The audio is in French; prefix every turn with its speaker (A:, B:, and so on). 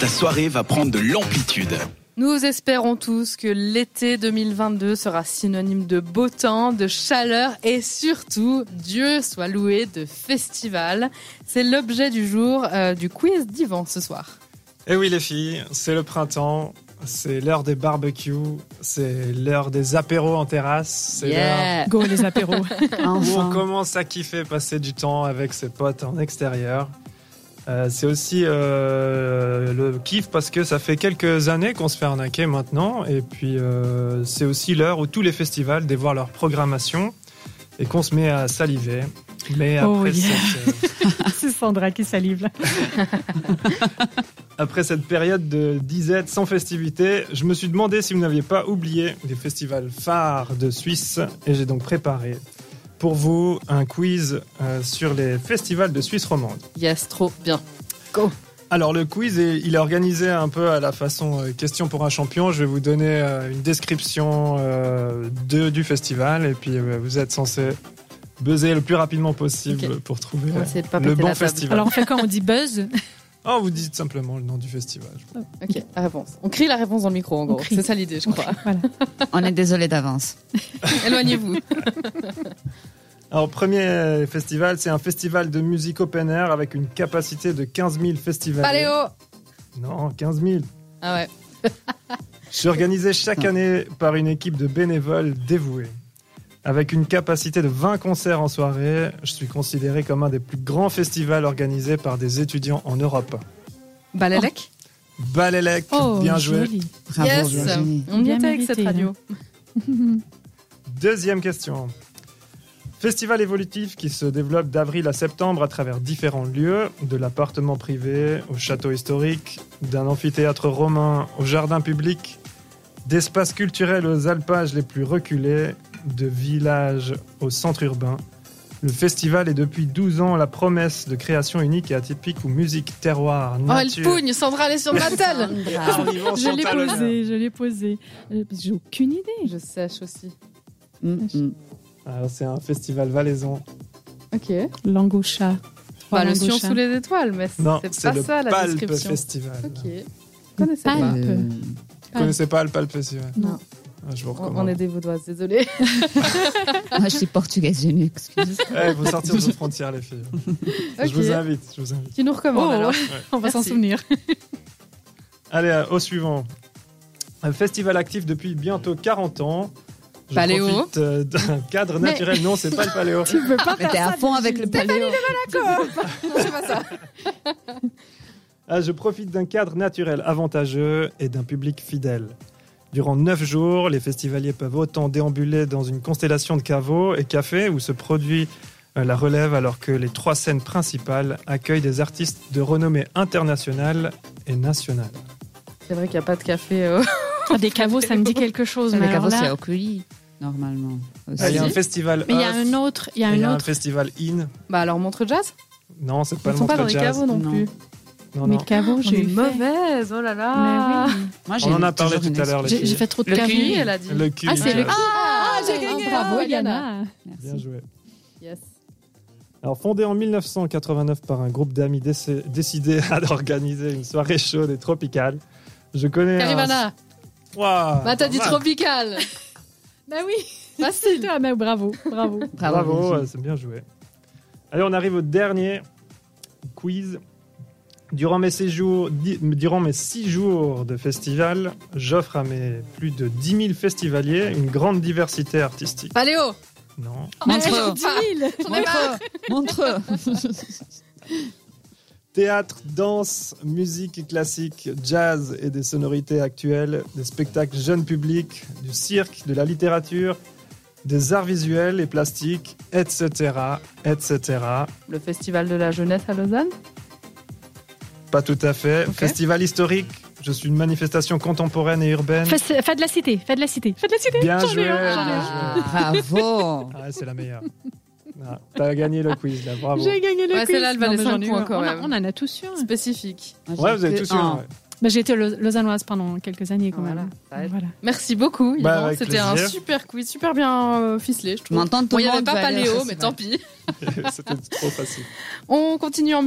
A: ta soirée va prendre de l'amplitude.
B: Nous espérons tous que l'été 2022 sera synonyme de beau temps, de chaleur et surtout, Dieu soit loué, de festival. C'est l'objet du jour euh, du quiz d'Yvan ce soir.
C: Eh oui les filles, c'est le printemps, c'est l'heure des barbecues, c'est l'heure des apéros en terrasse, c'est
B: Yeah.
D: Go les apéros.
C: l'heure où on
E: Enfin.
C: commence à kiffer passer du temps avec ses potes en extérieur. Euh, c'est aussi euh, le kiff parce que ça fait quelques années qu'on se fait arnaquer maintenant et puis euh, c'est aussi l'heure où tous les festivals dévoilent leur programmation et qu'on se met à saliver. Mais après,
D: Oh yeah.
C: cette, euh,
D: c'est Sandra qui salive là.
C: Après cette période de disette sans festivité, je me suis demandé si vous n'aviez pas oublié les festivals phares de Suisse et j'ai donc préparé pour vous un quiz euh, sur les festivals de Suisse romande.
B: Yes, trop bien.
C: Alors le quiz, est- il est organisé un peu à la façon euh, question pour un champion. Je vais vous donner euh, une description euh, de, du festival et puis euh, vous êtes censé buzzer le plus rapidement possible
B: Ok.
C: pour trouver
B: On va essayer de pas
C: le
B: péter
C: bon
B: la table.
C: festival.
D: Alors on fait quoi On dit buzz
C: Ah, vous dites simplement le nom du festival.
B: Ok, la réponse. On crie la réponse dans le micro en gros.
D: crie.
B: C'est ça l'idée, je crois.
D: Voilà.
E: On est désolé d'avance.
B: Éloignez-vous.
C: Alors, premier festival, c'est un festival de musique open air avec une capacité de 15 000 festivaliers.
B: Paléo
C: Non, 15 000.
B: Ah ouais.
C: Je suis organisé chaque année par une équipe de bénévoles dévoués. Avec une capacité de 20 concerts en soirée, je suis considéré comme un des plus grands festivals organisés par des étudiants en Europe.
B: Balélec
C: Balélec,
D: Oh,
C: bien joué.
D: joli.
E: Bravo,
B: Yes
E: Virginie.
B: On y
D: Bien
B: était avec
D: mérité,
B: cette radio.
C: Deuxième question. Festival évolutif qui se développe d'avril à septembre à travers différents lieux, de l'appartement privé au château historique, d'un amphithéâtre romain au jardin public, d'espaces culturels aux alpages les plus reculés, de villages au centre urbain. Le festival est depuis 12 ans la promesse de création unique et atypique où musique, terroir,
B: Oh, elle
C: nature...
B: pougne, Sandra, elle est sur ma table
E: Sandra.
D: Je l'ai posé, je l'ai posé. Euh, parce que J'ai aucune idée.
B: Je sèche aussi.
E: Mm, mm.
C: Alors, Ah, c'est un festival valaisan.
B: Ok.
D: Langue au chat. Trois
B: Bah, le
D: langues au
B: Sion
D: chat.
B: sous les étoiles, mais c'est
C: Non,
B: pas
C: c'est le
B: ça la
C: Palpe
B: description.
C: Festival.
B: Ok. Je connaissais pas.
D: Palpe.
E: Euh,
C: Vous connaissez pas le Palpe Festival
B: Non.
C: Ah, je vous
B: On,
C: recommande.
B: on est des vaudoises, désolé.
E: Moi, Ah, je suis portugaise, je m'excuse.
C: Eh, faut sortir de vos frontières, les filles. Je vous
B: ok.
C: invite, je vous invite.
B: Tu nous recommandes
D: Oh,
B: alors
D: On va s'en
B: Merci.
D: souvenir.
C: Allez, euh, au suivant. Un festival actif depuis bientôt 40 ans. Je
B: Paléo.
C: profite euh, d'un cadre
D: Mais-
C: naturel. Non, c'est pas le paléo.
D: Tu peux pas
E: Mais t'es à fond avec le paléo.
B: C'est pas ça.
C: Ah, je profite d'un cadre naturel avantageux et d'un public fidèle. Durant 9 jours, les festivaliers peuvent autant déambuler dans une constellation de caveaux et cafés où se produit euh, la relève alors que les trois scènes principales accueillent des artistes de renommée internationale et nationale.
B: C'est vrai qu'il n'y a pas de café. euh.
D: Ah, des caveaux, ça me dit quelque chose. Mais,
E: Les
D: alors
E: caveaux, c'est
D: là-
E: à Oculi, normalement. aussi.
C: Ah, Il y a un
D: Vas-y.
C: festival
D: mais il y a
C: off.
D: un autre. Il y a
C: Il y
D: un
C: a un
D: autre.
C: festival in.
B: Bah alors montre jazz.
C: Non, c'est pas
B: Ils
C: le
B: sont pas dans
C: Montreux
B: les
C: Jazz.
B: caveaux non,
E: Non.
B: plus.
C: Non,
D: Mais
C: non.
D: caveaux,
B: J'ai
D: j'ai eu
B: mauvaise. Oh là là.
D: Ah,
E: Moi, j'ai
C: On en a parlé
E: toujours
C: tout
E: une
C: à l'heure. les
D: J'ai
C: filles.
D: j'ai fait trop de
E: Le
D: caveaux.
E: cul.
B: elle a dit.
C: Le cul.
D: Ah, c'est le
C: Jazz.
B: Ah,
E: j'ai gagné.
D: Bravo,
B: Yana.
D: Yana.
E: excuse.
C: Bien
E: Merci.
C: joué.
B: Yes.
C: Alors, fondé en 1989 par un groupe d'amis déc- décidé à organiser une soirée chaude et tropicale, je connais. un...
B: Carivana.
C: Waouh,
B: Bah t'as dit
C: pas mal.
B: tropical.
D: Bah oui.
B: Facile.
D: Ah, mais bravo, bravo.
E: Bravo.
C: Bravo,
E: Virginie.
C: euh, c'est bien joué. Allez, on arrive au dernier quiz. Durant mes, séjours, di- durant mes six jours de festival, j'offre à mes plus de 10 000 festivaliers une grande diversité artistique.
B: Paléo.
C: Non.
E: Montreux.
B: J'en ai marre.
E: Montreux.
C: Théâtre, danse, musique classique, jazz et des sonorités actuelles, des spectacles jeunes publics, du cirque, de la littérature, des arts visuels et plastiques, etc., etc.
B: Le festival de la jeunesse à Lausanne.
C: Pas tout à fait.
B: Ok.
C: Festival historique. Je suis une manifestation contemporaine et urbaine.
D: Fais, fais de la cité, fais de la cité, fais de la cité.
C: Bien
D: j'en ai
C: joué,
D: un, j'en ai
C: bien
D: un.
C: joué.
E: Bravo.
C: Ah, c'est la meilleure. Ah, T'as gagné le quiz là, bravo.
D: J'ai gagné le
B: Ouais,
D: quiz.
B: celle-là, elle valait
D: Non, mais j'en
B: cinq
D: ai eu
B: points,
D: un.
B: quand
D: On a-
B: même.
D: On en a tous eu un.
B: Spécifique.
C: Ouais, vous avez tous eu. un, ouais.
D: Bah, J'ai été lo- lausannoise pendant quelques années quand
B: Voilà,
D: même.
B: ça aide.
D: Voilà.
B: Merci beaucoup.
C: Bah,
B: Yvan.
C: avec
B: C'était un
C: plaisir.
B: super quiz, super bien euh, ficelé, je trouve.
E: M'entends tout
B: Bon,
E: le
B: il n'y avait
E: monde
B: pas
E: va aller
B: Paléo,
E: au
B: mais
E: festival.
B: tant pis.
C: C'était trop facile.
B: On continue en musique.